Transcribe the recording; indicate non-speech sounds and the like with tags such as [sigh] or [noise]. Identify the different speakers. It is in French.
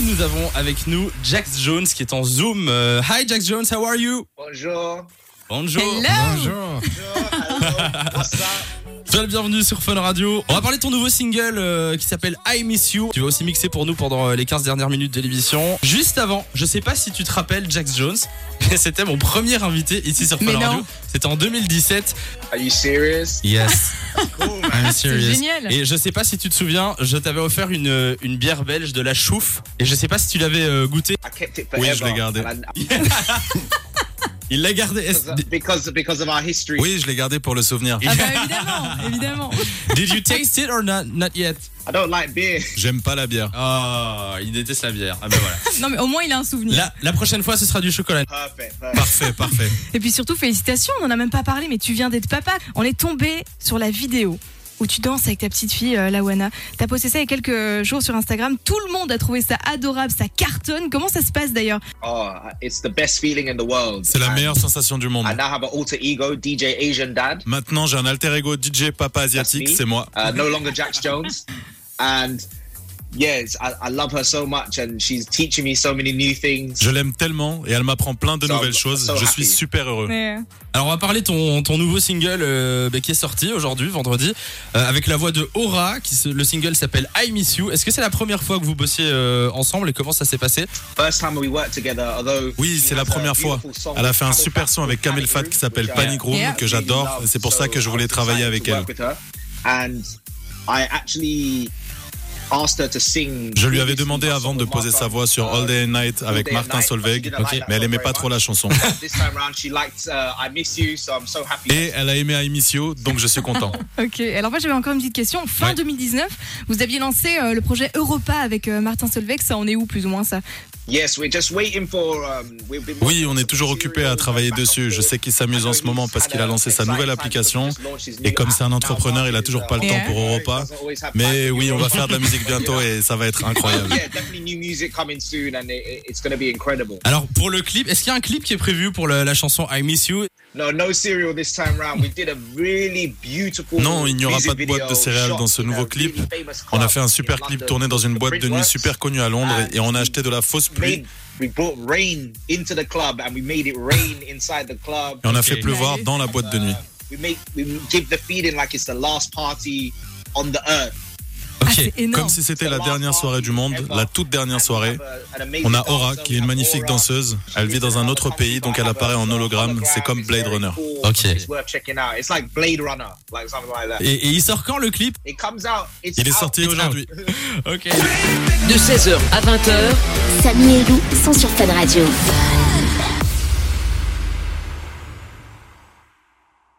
Speaker 1: nous avons avec nous Jax Jones qui est en Zoom. Euh, hi Jax Jones, how are you
Speaker 2: Bonjour.
Speaker 1: Bonjour.
Speaker 3: Hello
Speaker 4: Bonjour.
Speaker 2: Bonjour. Hello. What's up?
Speaker 1: Sois le bienvenu sur Fun Radio. On va parler de ton nouveau single euh, qui s'appelle I Miss You. Tu vas aussi mixer pour nous pendant euh, les 15 dernières minutes de l'émission. Juste avant, je sais pas si tu te rappelles Jax Jones, mais [laughs] c'était mon premier invité ici sur Fun
Speaker 3: Mais non.
Speaker 1: Radio. C'était en 2017.
Speaker 2: Are you serious?
Speaker 3: [laughs]
Speaker 1: Yes,
Speaker 2: Cool, man.
Speaker 1: I'm
Speaker 3: C'est
Speaker 1: serious.
Speaker 3: génial
Speaker 1: Et je sais pas si tu te souviens, je t'avais offert une, euh, une bière belge de la chouffe et je sais pas si tu l'avais euh, goûtée.
Speaker 2: I kept it forever.
Speaker 1: Oui, je l'ai gardée.
Speaker 2: And I-
Speaker 1: Il l'a gardée. Est-ce-
Speaker 2: because- Because because of our history.
Speaker 4: Oui, je l'ai gardé pour le souvenir.
Speaker 3: Ah bah évidemment, évidemment
Speaker 1: Did you taste it or not? Not yet.
Speaker 2: I don't like beer.
Speaker 4: J'aime pas la bière.
Speaker 1: Oh, il déteste la bière. Ah ben voilà.
Speaker 3: Non mais au moins il a un
Speaker 1: [laughs]
Speaker 3: souvenir.
Speaker 1: La, la prochaine fois, ce sera du chocolat.
Speaker 2: Perfect. perfect.
Speaker 4: Parfait, Eh, parfait.
Speaker 3: Et puis surtout félicitations, on en a même pas parlé mais tu viens d'être papa. On est tombé sur la vidéo où tu danses avec ta petite fille euh, Lawana. T'as posté ça il y a quelques jours sur Instagram, tout le monde a trouvé ça adorable, ça cartonne. Comment ça se passe d'ailleurs
Speaker 2: Oh, it's the best feeling in the world.
Speaker 4: C'est la
Speaker 2: And
Speaker 4: meilleure sensation du monde.
Speaker 2: I now have an alter ego, DJ Asian Dad.
Speaker 4: Maintenant, j'ai un alter ego DJ Papa Asiatique,
Speaker 2: me.
Speaker 4: c'est moi.
Speaker 2: Uh, no longer Jax Jones. And yes, I, I love her so much, and she's teaching me so many new things.
Speaker 4: Je l'aime tellement et elle m'apprend plein de
Speaker 2: So-
Speaker 4: nouvelles choses.
Speaker 2: so
Speaker 4: Je suis
Speaker 2: happy.
Speaker 4: super heureux.
Speaker 3: Mais, euh,
Speaker 1: Alors, on va parler de ton, ton nouveau single euh, bah, qui est sorti aujourd'hui, vendredi, euh, avec la voix de Aura. Qui se- le single s'appelle I Miss You. Est-ce que c'est la première fois que vous bossiez euh, ensemble et comment ça s'est passé
Speaker 2: First time we worked together, although
Speaker 4: Oui,
Speaker 2: she
Speaker 4: c'est la
Speaker 2: has a
Speaker 4: première fois.
Speaker 2: beautiful song
Speaker 4: Elle a fait un
Speaker 2: with Camel
Speaker 4: super
Speaker 2: Fat
Speaker 4: son avec
Speaker 2: called
Speaker 4: Camel Fat
Speaker 2: Room,
Speaker 4: qui s'appelle
Speaker 2: which I-
Speaker 4: Panic Room,
Speaker 3: Yeah.
Speaker 4: que j'adore.
Speaker 2: really
Speaker 4: C'est pour
Speaker 2: love.
Speaker 4: ça que je
Speaker 2: So I
Speaker 4: voulais
Speaker 2: was
Speaker 4: travailler
Speaker 2: excited
Speaker 4: avec
Speaker 2: to
Speaker 4: elle.
Speaker 2: work with her. And I actually asked her to sing
Speaker 4: Je lui avais
Speaker 2: previously
Speaker 4: demandé
Speaker 2: my
Speaker 4: avant
Speaker 2: song
Speaker 4: de
Speaker 2: with
Speaker 4: poser
Speaker 2: Mark
Speaker 4: sa voix
Speaker 2: Ronson,
Speaker 4: sur All
Speaker 2: uh,
Speaker 4: Day and Night avec
Speaker 2: Day and
Speaker 4: Martin
Speaker 2: Night,
Speaker 4: Solveig,
Speaker 2: she didn't like
Speaker 4: mais
Speaker 2: that
Speaker 4: elle
Speaker 2: song
Speaker 4: aimait
Speaker 2: very
Speaker 4: pas
Speaker 2: much.
Speaker 4: trop la chanson.
Speaker 2: This time round, she liked uh, I Miss You, so I'm so happy.
Speaker 4: Et elle a aimé I Miss You, donc je suis content.
Speaker 1: [laughs]
Speaker 3: Ok, alors moi j'avais encore une petite question. Fin
Speaker 4: Ouais.
Speaker 3: 2019, vous aviez lancé euh, le projet Europa avec euh, Martin Solveig, ça on est où plus ou moins ça
Speaker 2: Yes, we're just waiting for. um, we've been
Speaker 4: Oui,
Speaker 2: working
Speaker 4: on
Speaker 2: on
Speaker 4: est
Speaker 2: some
Speaker 4: toujours occupé
Speaker 2: material,
Speaker 4: à travailler
Speaker 2: back and
Speaker 4: dessus. Je
Speaker 2: forth.
Speaker 4: sais qu'il
Speaker 2: I
Speaker 4: s'amuse
Speaker 2: know
Speaker 4: en ce
Speaker 2: he's
Speaker 4: moment parce
Speaker 2: had
Speaker 4: qu'il a
Speaker 2: an
Speaker 4: lancé sa
Speaker 2: exciting
Speaker 4: nouvelle
Speaker 2: time because
Speaker 4: application.
Speaker 2: he's launched his
Speaker 4: Et
Speaker 2: new
Speaker 4: comme c'est
Speaker 2: app.
Speaker 4: un entrepreneur, il a toujours pas le temps
Speaker 3: Yeah.
Speaker 4: pour Europa. Mais oui, on va faire de la musique
Speaker 2: [laughs]
Speaker 4: bientôt et ça va être incroyable.
Speaker 2: Yeah, definitely new music coming soon and it- it- it's going to be incredible.
Speaker 1: Alors, pour le clip, est-ce qu'il y a un clip qui est prévu pour la, la chanson I Miss You
Speaker 2: No, no cereal this time round. We did a really beautiful
Speaker 4: Non, il n'y aura
Speaker 2: music
Speaker 4: pas de boîte de
Speaker 2: video
Speaker 4: céréales
Speaker 2: shot
Speaker 4: dans ce
Speaker 2: in a
Speaker 4: nouveau
Speaker 2: really
Speaker 4: clip.
Speaker 2: famous club
Speaker 4: On a fait un super
Speaker 2: in
Speaker 4: clip
Speaker 2: London.
Speaker 4: tourné dans une
Speaker 2: The
Speaker 4: boîte de nuit
Speaker 2: Printworks
Speaker 4: super connue à Londres et on a acheté de la fausse pluie
Speaker 2: made- We brought rain into the club and we made it rain inside the club.
Speaker 4: et on a
Speaker 1: Ok.
Speaker 4: fait pleuvoir dans la boîte de nuit.
Speaker 2: We make we give the feeling like it's the last party on the earth.
Speaker 3: Ah,
Speaker 1: Ok.
Speaker 3: c'est énorme.
Speaker 4: Comme si c'était la dernière soirée du monde, la toute dernière soirée.
Speaker 2: uh,
Speaker 4: On a Aura qui est une magnifique danseuse. Elle vit dans un autre pays donc elle apparaît en hologramme. C'est comme Blade Runner.
Speaker 1: Ok.
Speaker 2: Il
Speaker 1: Et, et il sort quand le clip Ah,
Speaker 4: Il est sorti aujourd'hui.
Speaker 1: [laughs] Ok.
Speaker 5: De 16h à 20h,
Speaker 6: Samy et Lou sont sur Fun Radio.